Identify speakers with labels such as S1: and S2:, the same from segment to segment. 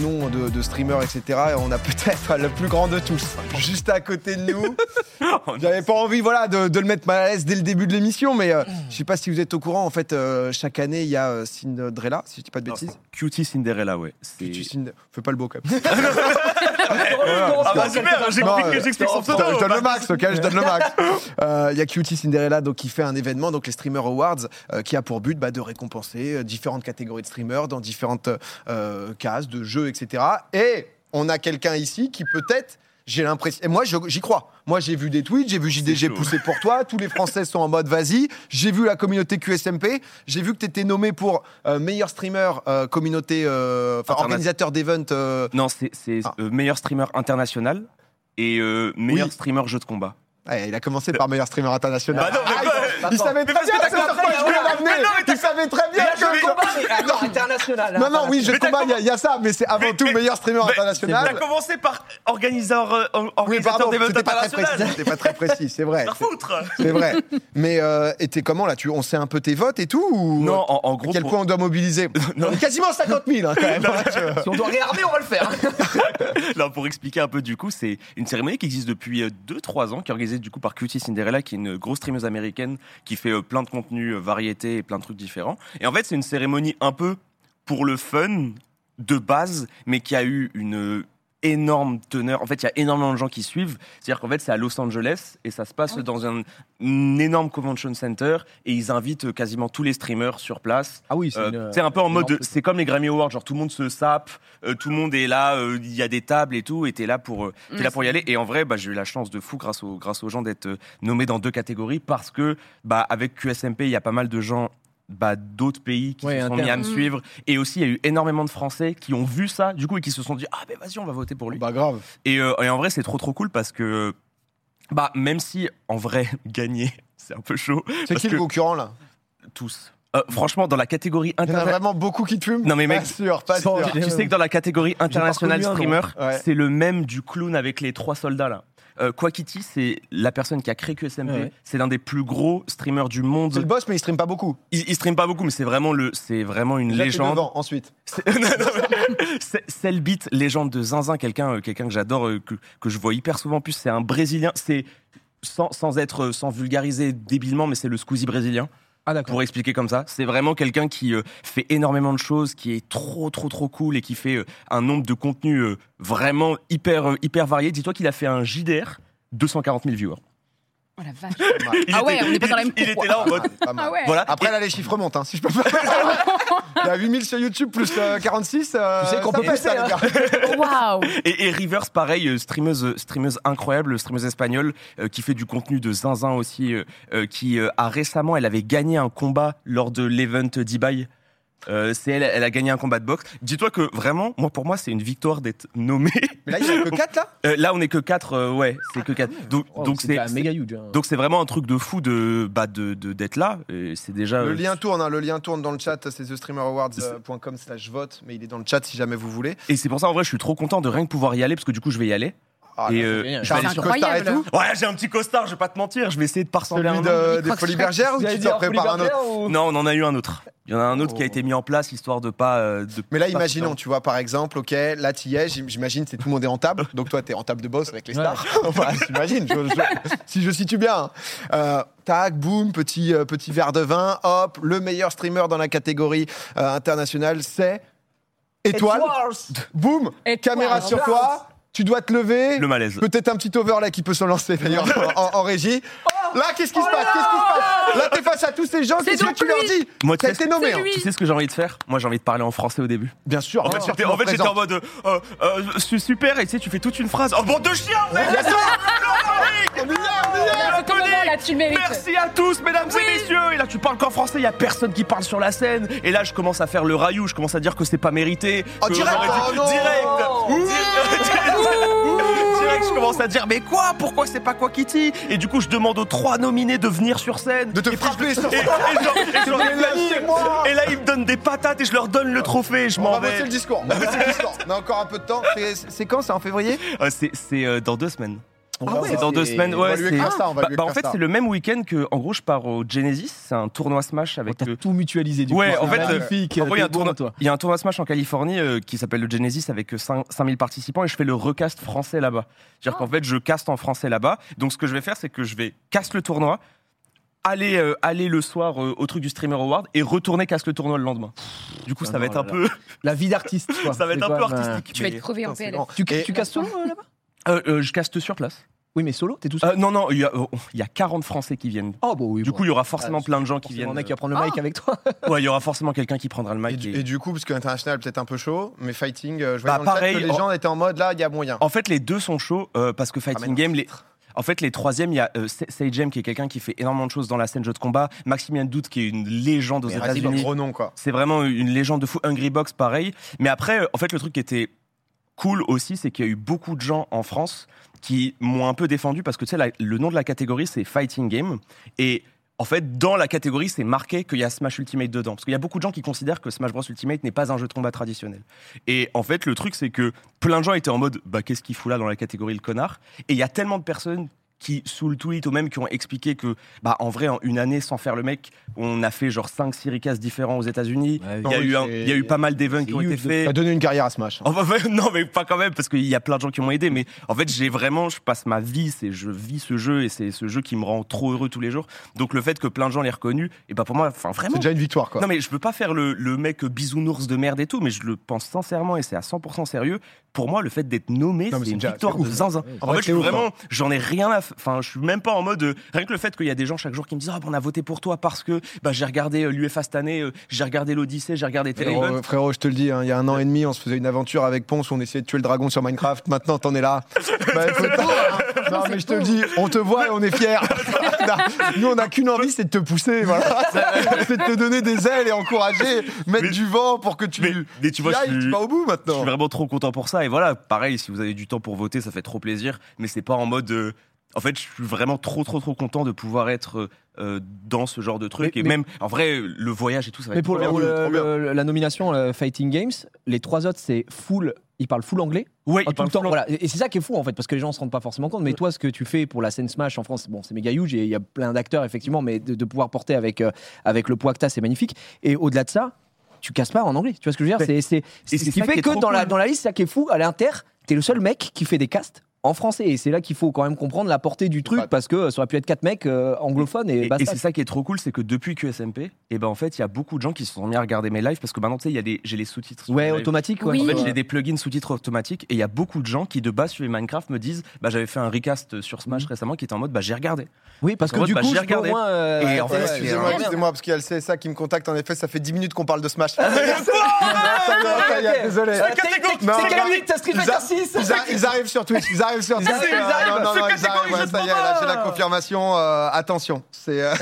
S1: noms de, de streamers, etc. Et on a peut-être le plus grand de tous, juste à côté de nous. J'avais pas envie voilà, de, de le mettre mal à l'aise dès le début de l'émission, mais euh, je sais pas si vous êtes au courant. En fait, euh, chaque année, il y a euh, Cinderella, si je dis pas de
S2: Non,
S1: bêtises.
S2: Cutie Cinderella, ouais. C'est-
S1: Tu Cind- Fais pas le beau quand même.
S2: Ah bah super, j'ai
S1: Non,
S2: compris que
S1: euh,
S2: j'explique
S1: non,
S2: son
S1: je donne-
S2: pseudo.
S1: Je donne le max, ok Je donne le max. Euh, Il y a Cutie Cinderella donc, qui fait un événement, donc les Streamer Awards, euh, qui a pour but bah, de récompenser euh, différentes catégories de streamers dans différentes euh, cases de jeux, etc. Et on a quelqu'un ici qui peut-être. J'ai l'impression. Et moi, je- j'y crois. Moi, j'ai vu des tweets, j'ai vu JDG
S2: chaud.
S1: pousser pour toi. Tous les Français sont en mode vas-y. J'ai vu la communauté QSMP. J'ai vu que tu étais nommé pour euh, meilleur streamer euh, communauté, euh, enfin
S2: Internet.
S1: organisateur d'event. euh,
S2: Non, c'est c'est,
S1: Ah.
S2: euh, meilleur streamer international et euh, meilleur
S1: Oui.
S2: streamer jeu de combat.
S1: Ouais, il a commencé par meilleur streamer international.
S2: Bah non, mais
S1: Ah,
S2: pas-
S1: il- il savait très
S2: parce
S1: bien
S2: que
S1: que
S2: t'as
S1: c'est sur
S2: compris,
S1: quoi je voulais
S2: voilà.
S1: l'amener.
S2: Mais non, mais t'as-
S1: Il savait très bien
S2: Mais là, je
S1: que.
S2: vais-
S1: Non.
S3: Ah international.
S1: Non, non, oui, je
S2: Mais t'as
S1: combat, il y a- il y, a ça, mais c'est avant
S2: Mais-
S1: tout
S2: mais-
S1: meilleur streamer
S2: mais- T'as
S1: international.
S2: commencé par organisateur, euh, or-
S1: Oui,
S2: organisateur
S1: pardon,
S2: d'événements
S1: c'était pas très précis,
S2: internationaux.
S1: c'était pas très précis, c'est vrai.
S2: T'as
S1: c'est-
S2: foutre
S1: C'est vrai. Mais euh, et t'es comment là tu, On sait un peu tes votes et tout ou euh,
S2: Non, en, en
S1: À
S2: gros,
S1: quel
S2: pour-
S1: point on doit mobiliser
S2: Non.
S1: On est Quasiment 50 000 hein, quand même. hein, je-
S3: Si on doit réarmer, on va le faire.
S2: Non, pour expliquer un peu du coup, c'est une cérémonie qui existe depuis 2-3 ans, qui est organisée du coup par Cutie Cinderella, qui est une grosse streameuse américaine qui fait euh, plein de contenus, euh, variétés et plein de trucs différents. Et en fait, c'est une cérémonie un peu pour le fun de base, mais qui a eu une euh, énorme teneur. En fait, il y a énormément de gens qui suivent. C'est-à-dire qu'en fait, c'est à Los Angeles et ça se passe dans un, un énorme convention center et ils invitent euh, quasiment tous les streamers sur place.
S4: Ah oui, c'est
S2: Euh,
S4: une, euh,
S2: C'est un peu en
S4: une
S2: mode,
S4: énorme
S2: c'est comme les Grammy Awards, genre tout le monde se sape, euh, tout le monde est là, euh, il y a des tables et tout, et t'es là pour, euh, t'es
S5: Mm.
S2: là pour y aller. Et en vrai, bah, j'ai eu la chance de fou grâce aux, grâce aux gens d'être euh, nommés dans deux catégories parce que, bah, avec QSMP, il y a pas mal de gens. Bah, d'autres pays qui
S4: Ouais,
S2: se sont
S4: interne.
S2: mis à me
S5: Mm.
S2: suivre et aussi il y a eu énormément de Français qui ont vu ça du coup et qui se sont dit ah ben vas-y on va voter pour lui
S1: Bah grave.
S2: et, euh, et en vrai, c'est trop trop cool parce que, bah, même si en vrai, gagner, c'est un peu chaud,
S1: C'est
S2: Parce
S1: qui
S2: que-
S1: le concurrent là
S2: tous. Euh, franchement, dans la catégorie
S1: Il y en a
S2: internationale.
S1: vraiment beaucoup qui te fument.
S2: Non, mais mec,
S1: pas sûr, pas
S4: sans-
S1: sûr.
S2: Tu sais que dans la catégorie international
S4: J'ai pas reconnu
S2: streamer,
S1: un, non. Ouais.
S2: c'est le même du clown avec les trois soldats là. Euh, Quackity, c'est la personne qui a créé QSMP.
S4: Ouais.
S2: C'est l'un des plus gros streamers du
S1: C'est le
S2: monde.
S1: boss, mais il stream pas beaucoup.
S2: Il, il stream pas beaucoup, mais c'est vraiment le, c'est vraiment une
S1: Déjà, t'es
S2: légende.
S1: devant, Ensuite.
S2: C'est- non, non, mais- c'est- Selbit, légende de Zinzin, quelqu'un euh, quelqu'un que j'adore, euh, que, que je vois hyper souvent en plus. C'est un Brésilien. C'est sans, sans être euh, sans vulgariser débilement, mais c'est le Squeezie brésilien
S4: Ah d'accord.
S2: pour expliquer comme ça. C'est vraiment quelqu'un qui euh, fait énormément de choses, qui est trop trop trop cool et qui fait euh, un nombre de contenus euh, vraiment hyper euh, hyper variés. Dis-toi qu'il a fait un JDR 240 000 viewers.
S5: Oh la vache.
S2: Il
S5: Ah ouais, on est pas dans la
S2: il-
S5: même
S2: Il
S5: cour,
S2: était là en
S1: Pas
S2: mode.
S1: mal, pas mal.
S5: Ah ouais.
S2: Voilà.
S1: Après, là, les chiffres montent, hein, si je peux pas. Il y a 8000 sur YouTube plus euh, 46. euh,
S4: Tu sais qu'on
S1: ça
S4: peut
S1: pèse,
S4: pousser,
S1: ça, les gars.
S5: Waouh.
S2: Et, et Rivers, pareil, euh, streameuse, euh, streameuse incroyable, streameuse espagnole, euh, qui fait du contenu de zinzin aussi, euh, euh, qui euh, a récemment, elle avait gagné un combat lors de l'event d'Ibai. Euh, c'est elle, elle a gagné un combat de boxe. Dis-toi que vraiment, moi pour moi, c'est une victoire d'être nommée.
S1: Mais là, il y en a que 4 là
S2: Euh, là, on est que 4, ouais, c'est que
S1: Ah,
S2: 4. Donc,
S1: oh,
S4: Wow,
S2: donc
S4: c'est
S2: c'est
S4: quand même méga huge. hein.
S2: donc c'est vraiment un truc de fou de bah de de- d'être là. Et C'est déjà
S1: Le
S2: euh,
S1: lien tourne, hein, le lien tourne dans le chat, c'est thestreamerawards.com slash vote, mais il est dans le chat si jamais vous voulez.
S2: Et c'est pour ça en vrai, je suis trop content de rien que pouvoir y aller parce que du coup, je vais y aller.
S1: Ah,
S2: et
S1: là,
S2: euh,
S4: génial.
S2: je
S1: t'as
S2: vais
S1: un
S2: aller
S1: petit
S2: sur-
S1: costard et tout
S2: Ouais, j'ai un petit costard, je vais pas te mentir, je vais essayer de parceller un
S1: Celui
S2: nom.
S1: de-
S5: Il
S1: des
S5: croque
S1: folies
S5: craque.
S1: bergères ou
S4: Vous
S1: tu
S4: allez
S1: t'en
S4: dire
S3: oh,
S1: prépares un autre
S4: Fulibert ou-
S2: Non, on en a eu un autre. Il y en a un autre qui
S1: Oh.
S2: a été mis en place histoire de pas euh, de
S1: mais là,
S2: pas-
S1: imaginons, tu vois, par exemple, ok, là, tu y es, j'im- j'imagine, c'est tout le monde est en table. Donc, toi, t'es en table de boss avec les stars. Enfin, j'imagine, je- je- si je situe bien. hein. Euh, tac, boum, petit, euh, petit verre de vin, hop, le meilleur streamer dans la catégorie euh, internationale, c'est Étoile. Boum,
S5: Étoile.
S1: caméra sur toi, tu dois te lever.
S2: le malaise.
S1: Peut-être un petit overlay qui peut se lancer d'ailleurs en, en- en régie. Là, qu'est-ce qui se passe Qu'est-ce qui se passe Là, t'es face à tous ces gens.
S5: Oh. C'est
S1: Qu'est-ce que
S5: donc
S1: tu leur
S5: lui.
S1: dis
S2: Moi,
S1: T'as
S2: tu sais,
S1: été nommé.
S5: c'est
S1: hein.
S5: lui.
S2: tu sais ce que j'ai envie de faire Moi, j'ai envie de parler en français au début.
S1: Bien sûr. Ah.
S2: En fait,
S1: bien sûr,
S2: j'étais
S1: Oh, tu
S2: en,
S1: leur
S2: fait, j'étais en
S1: présentes.
S2: mode euh, euh, euh, c'est super et tu sais, tu fais toute une phrase. Oh, bande de chiens vous êtes
S1: Bien sûr.
S2: mélancoliques,
S1: On y est, on y est.
S5: Là, c'est ton moment, là, tu le mérites.
S2: Merci à tous, mesdames et messieurs. Et là, tu parles qu'en français, il y a personne qui parle sur la scène. Et là, je commence à faire le raillou, je commence à dire que c'est pas mérité.
S1: En
S2: que
S1: direct,
S2: j'aurais dû-
S1: oh non.
S2: direct, direct, direct, je commence à dire mais quoi Pourquoi c'est pas quoi Kitty Et du coup, je demande aux trois nominés de venir sur scène.
S1: De te
S2: Et puis,
S1: frapper
S2: je-
S1: sur
S2: et- et genre- et genre,
S1: Mais lâchez-moi.
S2: Et là, ils me donnent des patates et je leur donne le trophée. et Je
S1: On
S2: m'en
S1: va
S2: vais. Ah,
S1: bosser Ah, bah,
S2: bah,
S1: le Ah, discours. On va bosser le discours. On a encore un peu de temps. C'est- C'est quand C'est en février
S2: Euh, c'est- C'est euh, dans deux semaines.
S1: non
S2: Ah ouais,
S1: ça,
S2: dans deux semaines,
S1: On va
S2: ouais,
S1: lui
S2: c'est-
S1: écrire ça, on va
S2: Bah,
S1: lui
S2: bah, en
S1: écrire
S2: fait,
S1: ça.
S2: c'est le même week-end que, en gros, je pars au Genesis. C'est un tournoi Smash avec.
S3: T'as
S2: euh,
S3: tout mutualisé du
S2: Ouais,
S3: coup.
S2: en
S3: c'est
S1: fait, euh,
S3: magnifique.
S2: en gros, il y a
S3: t'es
S2: un
S3: bon,
S2: tournoi-
S3: toi.
S2: Il y a un tournoi Smash en Californie euh, qui s'appelle le Genesis avec euh, 5000 participants et je fais le recast français là-bas. C'est-à-dire qu'en fait, je caste en français là-bas. Donc, ce que je vais faire, c'est que je vais casse le tournoi, aller, euh, aller le soir euh, au truc du Streamer Award et retourner casse le tournoi le lendemain. Du coup, ça
S3: Ah
S2: va
S3: non,
S2: être un
S3: là,
S2: peu,
S3: La vie d'artiste. quoi.
S2: ça va
S3: C'est
S2: être un
S3: quoi,
S2: peu
S3: ben,
S2: artistique.
S5: Tu vas
S2: mais-
S5: être crevé en
S1: Putain, c'est
S5: PLS.
S1: grand.
S3: Tu,
S1: Et-
S3: tu casses solo euh, là-bas
S2: Euh, euh, je caste sur place.
S3: Oui, mais solo, t'es tout seul.
S2: Euh, non, non, il y, a, euh, il y a 40 Français qui viennent.
S3: oh, bon, oui.
S2: Du
S3: bon.
S2: coup, il y aura forcément
S3: Ah,
S2: plein de gens qui
S3: Forcément,
S2: viennent.
S3: le mec qui
S2: euh,
S3: va prendre le mic avec toi.
S2: Ouais, il y aura forcément quelqu'un qui prendra le
S1: Et
S2: mic.
S1: du,
S2: et-
S1: et du coup, parce que l'international est peut-être un peu chaud, mais fighting, euh, je voyais
S2: Bah,
S1: dans le chat
S2: pareil,
S1: que les
S2: en-
S1: gens étaient en mode là, il y a moyen.
S2: En fait, les deux sont chauds euh, parce que Fighting
S1: Ah, mais
S2: Game, les... en fait, les troisièmes, il y a euh, Se- Seijam qui est quelqu'un qui fait énormément de choses dans la scène jeu de combat, Maximilian Doute qui est une légende aux
S1: Mais reste un
S2: États-Unis.
S1: gros nom, quoi.
S2: C'est vraiment une légende de fou. Hungry Box, pareil. Mais après, euh, en fait, le truc qui était cool aussi, c'est qu'il y a eu beaucoup de gens en France qui m'ont un peu défendu parce que tu sais, la- le nom de la catégorie, c'est Fighting Game. Et. En fait, dans la catégorie, c'est marqué qu'il y a Smash Ultimate dedans. Parce qu'il y a beaucoup de gens qui considèrent que Smash Bros Ultimate n'est pas un jeu de combat traditionnel. Et en fait, le truc, c'est que plein de gens étaient en mode Bah, qu'est-ce qu'il fout là dans la catégorie le connard Et il y a tellement de personnes qui, sous le tweet ou même, qui ont expliqué que, bah, en vrai, en une année sans faire le mec, on a fait genre 5-6 recasts différents aux États-Unis. Il y, a
S1: oui,
S2: eu un-
S1: c'est-
S2: il y a eu pas mal d'événements qui ont été
S3: huge de-
S2: faits.
S1: T'as donné une carrière à Smash. hein.
S2: Enfin, ouais, non, mais pas quand même, parce qu'il y a plein de gens qui m'ont aidé. Mais en fait, j'ai vraiment, je passe ma vie, c'est, je vis ce jeu et c'est ce jeu qui me rend trop heureux tous les jours. Donc le fait que plein de gens l'aient reconnu, et ben pour moi, enfin
S1: C'est
S2: vraiment.
S1: déjà une victoire, quoi.
S2: Non, mais je peux pas faire le, le mec bisounours de merde et tout, mais je le pense sincèrement et c'est à 100% sérieux. Pour moi, le fait d'être nommé,
S1: Non, mais
S2: c'est
S1: c'est
S2: une
S1: déjà-
S2: victoire
S1: c'est
S2: de
S1: ouf.
S2: zinzin.
S1: En
S2: En,
S1: vrai,
S2: fait, je
S1: c'est
S2: suis
S1: ouf, hein.
S2: vraiment, j'en ai rien à. f- Enfin, je suis même pas en mode. euh, rien que le fait qu'il y a des gens chaque jour qui me disent Ah, bon, on a voté pour toi parce que bah, j'ai regardé euh, l'UEFA cette année, euh, j'ai regardé l'Odyssée, j'ai regardé Télé.
S1: Frérot, euh, frérot, je te le dis, hein, il y a un an et demi, on se faisait une aventure avec Ponce, on essayait de tuer le dragon sur Minecraft. Maintenant, t'en es là. Bah, faut pas, hein. Non, mais je te le dis, on te voit et on est fiers. Non, Nous, on n'a qu'une envie, c'est de te pousser. Voilà. C'est de te donner des ailes et encourager, mettre
S2: Mais-
S1: du vent pour que tu.
S2: Mais, mais tu vois,
S1: y
S2: je
S1: ailles,
S2: suis-
S1: tu vas au bout
S2: Je suis
S1: maintenant.
S2: vraiment trop content pour ça. Et voilà, pareil, si vous avez du temps pour voter, ça fait trop plaisir. Mais c'est pas en mode. euh, en fait, je suis vraiment trop, trop, trop content de pouvoir être euh, euh, dans ce genre de truc.
S3: Mais-
S2: et
S3: mais-
S2: même, en vrai, le voyage et tout, ça va
S3: Mais
S2: être
S3: pour
S2: trop
S3: le-
S2: bien.
S3: pour le-
S1: trop bien.
S3: le- la nomination euh, Fighting Games, les trois autres, c'est full. Ils parlent full anglais.
S2: Ouais,
S3: Oh,
S2: il
S3: tout
S2: parle
S3: le temps,
S2: flan-
S3: voilà. Et et c'est ça qui est fou en fait, parce que les gens se rendent pas forcément compte. Mais toi, ce que tu fais pour la scène Smash en France, bon, c'est méga huge et il y a plein d'acteurs effectivement, mais de, de pouvoir porter avec, euh, avec le poids que t'as, c'est magnifique. Et au-delà de ça, tu casses pas en anglais. Tu vois ce que je veux dire
S2: Ouais.
S3: C'est c'est-
S2: Et
S3: c'est
S2: c'est
S3: ce qui
S2: ça
S3: fait
S2: qui est
S3: que
S2: trop
S3: dans, la,
S2: cool.
S3: dans la liste, c'est ça qui est fou. À l'inter, t'es le seul mec qui fait des casts. En français, et c'est là qu'il faut quand même comprendre la portée du truc
S1: pas-
S3: parce que euh, ça aurait pu être quatre mecs euh, anglophones et,
S2: Et, et
S3: basta.
S2: c'est ça qui est trop cool, c'est que depuis QSMP, et ben en fait, il y a beaucoup de gens qui se sont mis à regarder mes lives parce que maintenant, tu sais, il y a des- j'ai les sous-titres. sur
S3: Ouais,
S2: mes lives.
S3: automatique.
S5: Oui.
S2: En
S3: ouais.
S2: fait, j'ai des plugins sous-titres automatiques et il y a beaucoup de gens qui, de base, sur les Minecraft, me disent bah, j'avais fait un recast sur
S3: Mhm.
S2: Smash récemment qui était en mode bah, j'ai regardé.
S3: Oui, parce
S2: En
S3: que
S2: mode,
S3: du
S2: bah,
S3: coup,
S2: j'ai
S3: je peux
S2: regardé.
S3: au moins, euh,
S2: Et
S3: ouais,
S2: en fait,
S3: ouais,
S2: c'est
S1: Excusez-moi,
S2: un-
S1: excusez-moi, parce qu'il y a le CSA qui me contacte. En effet, ça fait 10 minutes qu'on parle de Smash. Ça y est, Ah, ça y est, désolé.
S3: C'est catégorique,
S1: Non,
S3: c'est
S1: regarde,
S3: catégorique, t'as Street Fighter 6
S1: Ils, arri- ils arrivent sur Twitch, ils arrivent sur Twitch.
S3: arrivent, ils arrivent.
S1: non, non,
S2: C'est
S1: non, ils
S2: catégorie
S1: arrivent. Ouais,
S2: jeu de
S1: ça y est, là,
S2: combat.
S1: j'ai la confirmation. euh, attention, c'est. euh,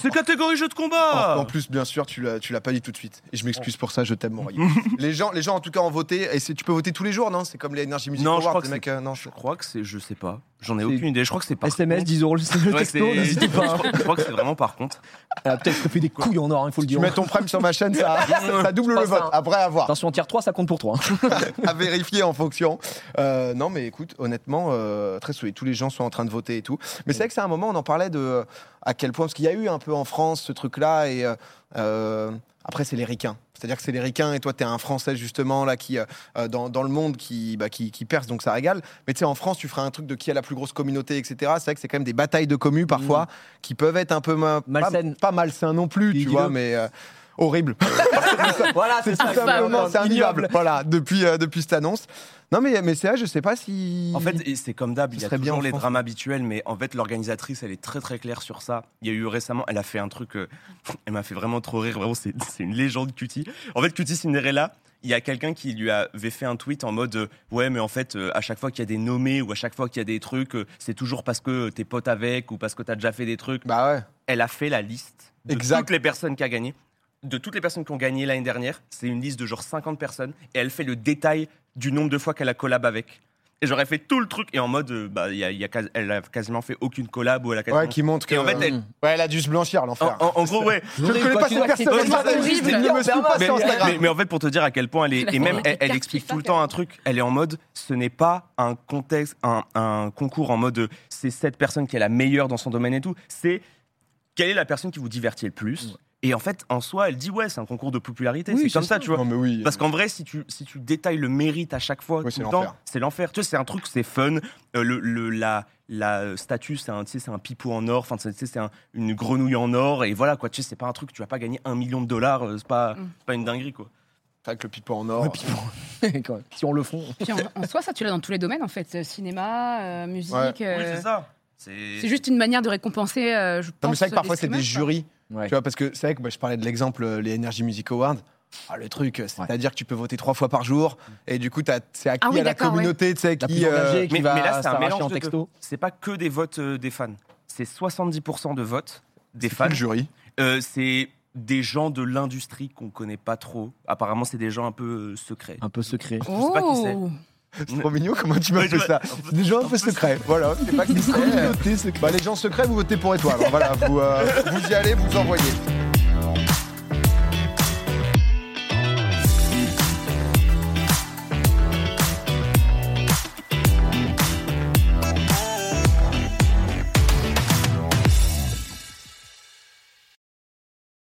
S2: C'est catégorie jeu de
S1: En,
S2: combat
S3: Ah.
S1: en plus, bien sûr, tu l'as, tu l'as pas dit tout de suite. Et je m'excuse pour ça, je t'aime, mon Ryu. les gens, les gens, en tout cas, ont voté. Et c'est- tu peux voter tous les jours, non C'est comme les Energy Music
S2: Non, je
S1: Awards,
S2: crois que
S1: les mecs, euh, non, je-
S2: Je crois que c'est, je sais pas, j'en ai
S3: C'est-
S2: aucune idée. Je crois que c'est par
S3: SMS,
S2: contre.
S3: 10 euros, c'est le
S2: Ouais,
S3: texto,
S2: c'est-
S3: n'hésitez
S2: Je
S3: pas.
S1: hein.
S3: hein.
S2: crois, je crois que c'est vraiment par contre.
S3: Ah, Peut-être que fait des couilles en or, hein, il faut le
S1: Tu
S3: dire.
S1: mets ton prime sur ma chaîne, ça, ça double
S3: Je
S1: le
S3: pense
S1: vote.
S3: ça.
S1: Après, à voir,
S3: Attention, tier 3, ça compte pour hein. 3.
S1: à vérifier en fonction. Euh, non, mais écoute, honnêtement, euh, très souhaité. Tous les gens sont en train de voter et tout. Mais c'est vrai que c'est un moment, on en parlait de euh, à quel point, parce qu'il y a eu un peu en France ce truc-là. Et euh, euh, après, c'est les ricains. C'est-à-dire que c'est les ricains et toi, t'es un Français justement là qui euh, euh, dans, dans le monde qui, bah, qui qui perce, donc ça régale. Mais tu sais, en France, tu feras un truc de qui a la plus grosse communauté, etc. C'est vrai que c'est quand même des batailles de communes parfois qui peuvent être un peu ma-
S3: Malsaines.
S1: Pas, pas malsains non plus, tu
S3: Dis-le.
S1: vois, mais euh, horribles.
S3: voilà,
S1: Ah, C'est tout simplement, c'est invivable. Voilà, depuis, euh, depuis cette annonce. Non, mais, mais c'est vrai, je sais pas si.
S2: En fait, et c'est comme d'hab, il y a
S1: serait bien
S2: toujours
S1: en
S2: les
S1: France.
S2: drames habituels, mais en fait, l'organisatrice, elle est très très claire sur ça. Il y a eu récemment, elle a fait un truc, euh, elle m'a fait vraiment trop rire, vraiment, c'est c'est une légende cutie. En fait, Cutie Cinderella, il y a quelqu'un qui lui avait fait un tweet en mode euh, Ouais, mais en fait, euh, à chaque fois qu'il y a des nommés ou à chaque fois qu'il y a des trucs, euh, c'est toujours parce que t'es pote avec ou parce que t'as déjà fait des trucs.
S1: Bah ouais.
S2: elle a fait la liste de
S1: Exact.
S2: toutes les personnes qui a gagné. De toutes les personnes qui ont gagné l'année dernière, c'est une liste de genre 50 personnes et elle fait le détail du nombre de fois qu'elle a collab avec. Et j'aurais fait tout le truc. Et en mode, euh, bah, il y a- il y a quas- elle a quasiment fait aucune collab ou elle a quasiment.
S1: Ouais, qui Euh, montre que.
S2: Et en fait, elle-
S1: Ouais, elle a dû se blanchir, l'enfer.
S2: en- en- en gros, ouais.
S1: Je ne connais
S3: Quoi
S1: pas
S3: qu'il
S1: cette
S3: arrive, c'est
S1: personne. elle
S5: tellement
S1: m'a pas dit,
S5: horrible.
S1: elle ne me suit pas
S2: mais,
S1: sur Instagram.
S2: mais- mais en fait, pour te dire à quel point elle est.
S5: La
S2: Et même,
S5: première
S2: elle, elle
S5: carte
S2: explique
S5: FIFA,
S2: tout le temps un truc. Elle est en mode ce n'est pas un contexte, un, un concours en mode euh, c'est cette personne qui est la meilleure dans son domaine et tout. C'est quelle est la personne qui vous divertit le plus. Et en fait, en soi, elle dit ouais, c'est un concours de popularité.
S3: Oui,
S2: c'est comme
S3: c'est
S2: ça,
S3: ça.
S2: tu vois.
S1: Non, mais oui.
S2: Parce qu'en vrai, si tu, si tu détailles le mérite à chaque fois,
S1: Oui,
S2: tout
S1: c'est
S2: le
S1: l'enfer.
S2: temps, c'est l'enfer. Tu sais, c'est un truc, c'est fun. Euh, le, le- la, la statue, c'est un, tu sais, c'est un pipeau en or. Enfin, tu sais, c'est un- une grenouille en or. Et voilà, quoi. Tu sais, c'est pas un truc, tu vas pas gagner un million de dollars. euh, C'est pas,
S5: Mm.
S2: c'est pas une dinguerie, quoi.
S1: Avec le pipeau en or.
S3: Quand même. si on le fond.
S5: Puis en, en soi, ça, tu l'as dans tous les domaines, en fait. Euh, Cinéma, euh, musique.
S1: Ouais.
S2: Oui,
S5: euh,
S2: c'est ça.
S5: c'est juste une manière de récompenser, euh, je pense.
S1: Non, mais c'est vrai que
S5: les
S1: parfois, c'est des
S5: streamers, quoi.
S1: jurys.
S3: Ouais.
S1: Tu vois, parce que c'est vrai que bah, je parlais de l'exemple, euh, les Energy Music Awards. Ah, le truc, c'est-à-dire que tu peux voter trois fois par jour et du coup, t'as- c'est acquis
S5: Ah oui,
S1: à la
S5: d'accord, ouais.
S1: communauté, tu sais,
S3: La
S1: qui.
S3: plus
S1: euh,
S3: engagée qui
S2: mais-
S3: va
S2: mais là, c'est un
S3: s'arracher
S2: mélange
S3: en
S2: de
S3: texto.
S2: C'est pas que des votes euh, des fans. C'est 70% de votes des
S1: c'est
S2: fans.
S1: le jury.
S2: Euh, c'est des gens de l'industrie qu'on connaît pas trop. Apparemment, c'est des gens un peu euh, secrets.
S3: Un peu secret.
S2: Je sais pas qui c'est.
S5: Oh
S1: C'est trop mignon, comment tu m'as
S2: Ouais,
S1: fait
S2: je-
S1: ça C'est des gens un peu secrets, voilà. hein. C'est pas que des communautés secrètes. Bah, les gens secrets, vous votez pour étoile. Voilà, vous, euh, vous y allez, vous envoyez.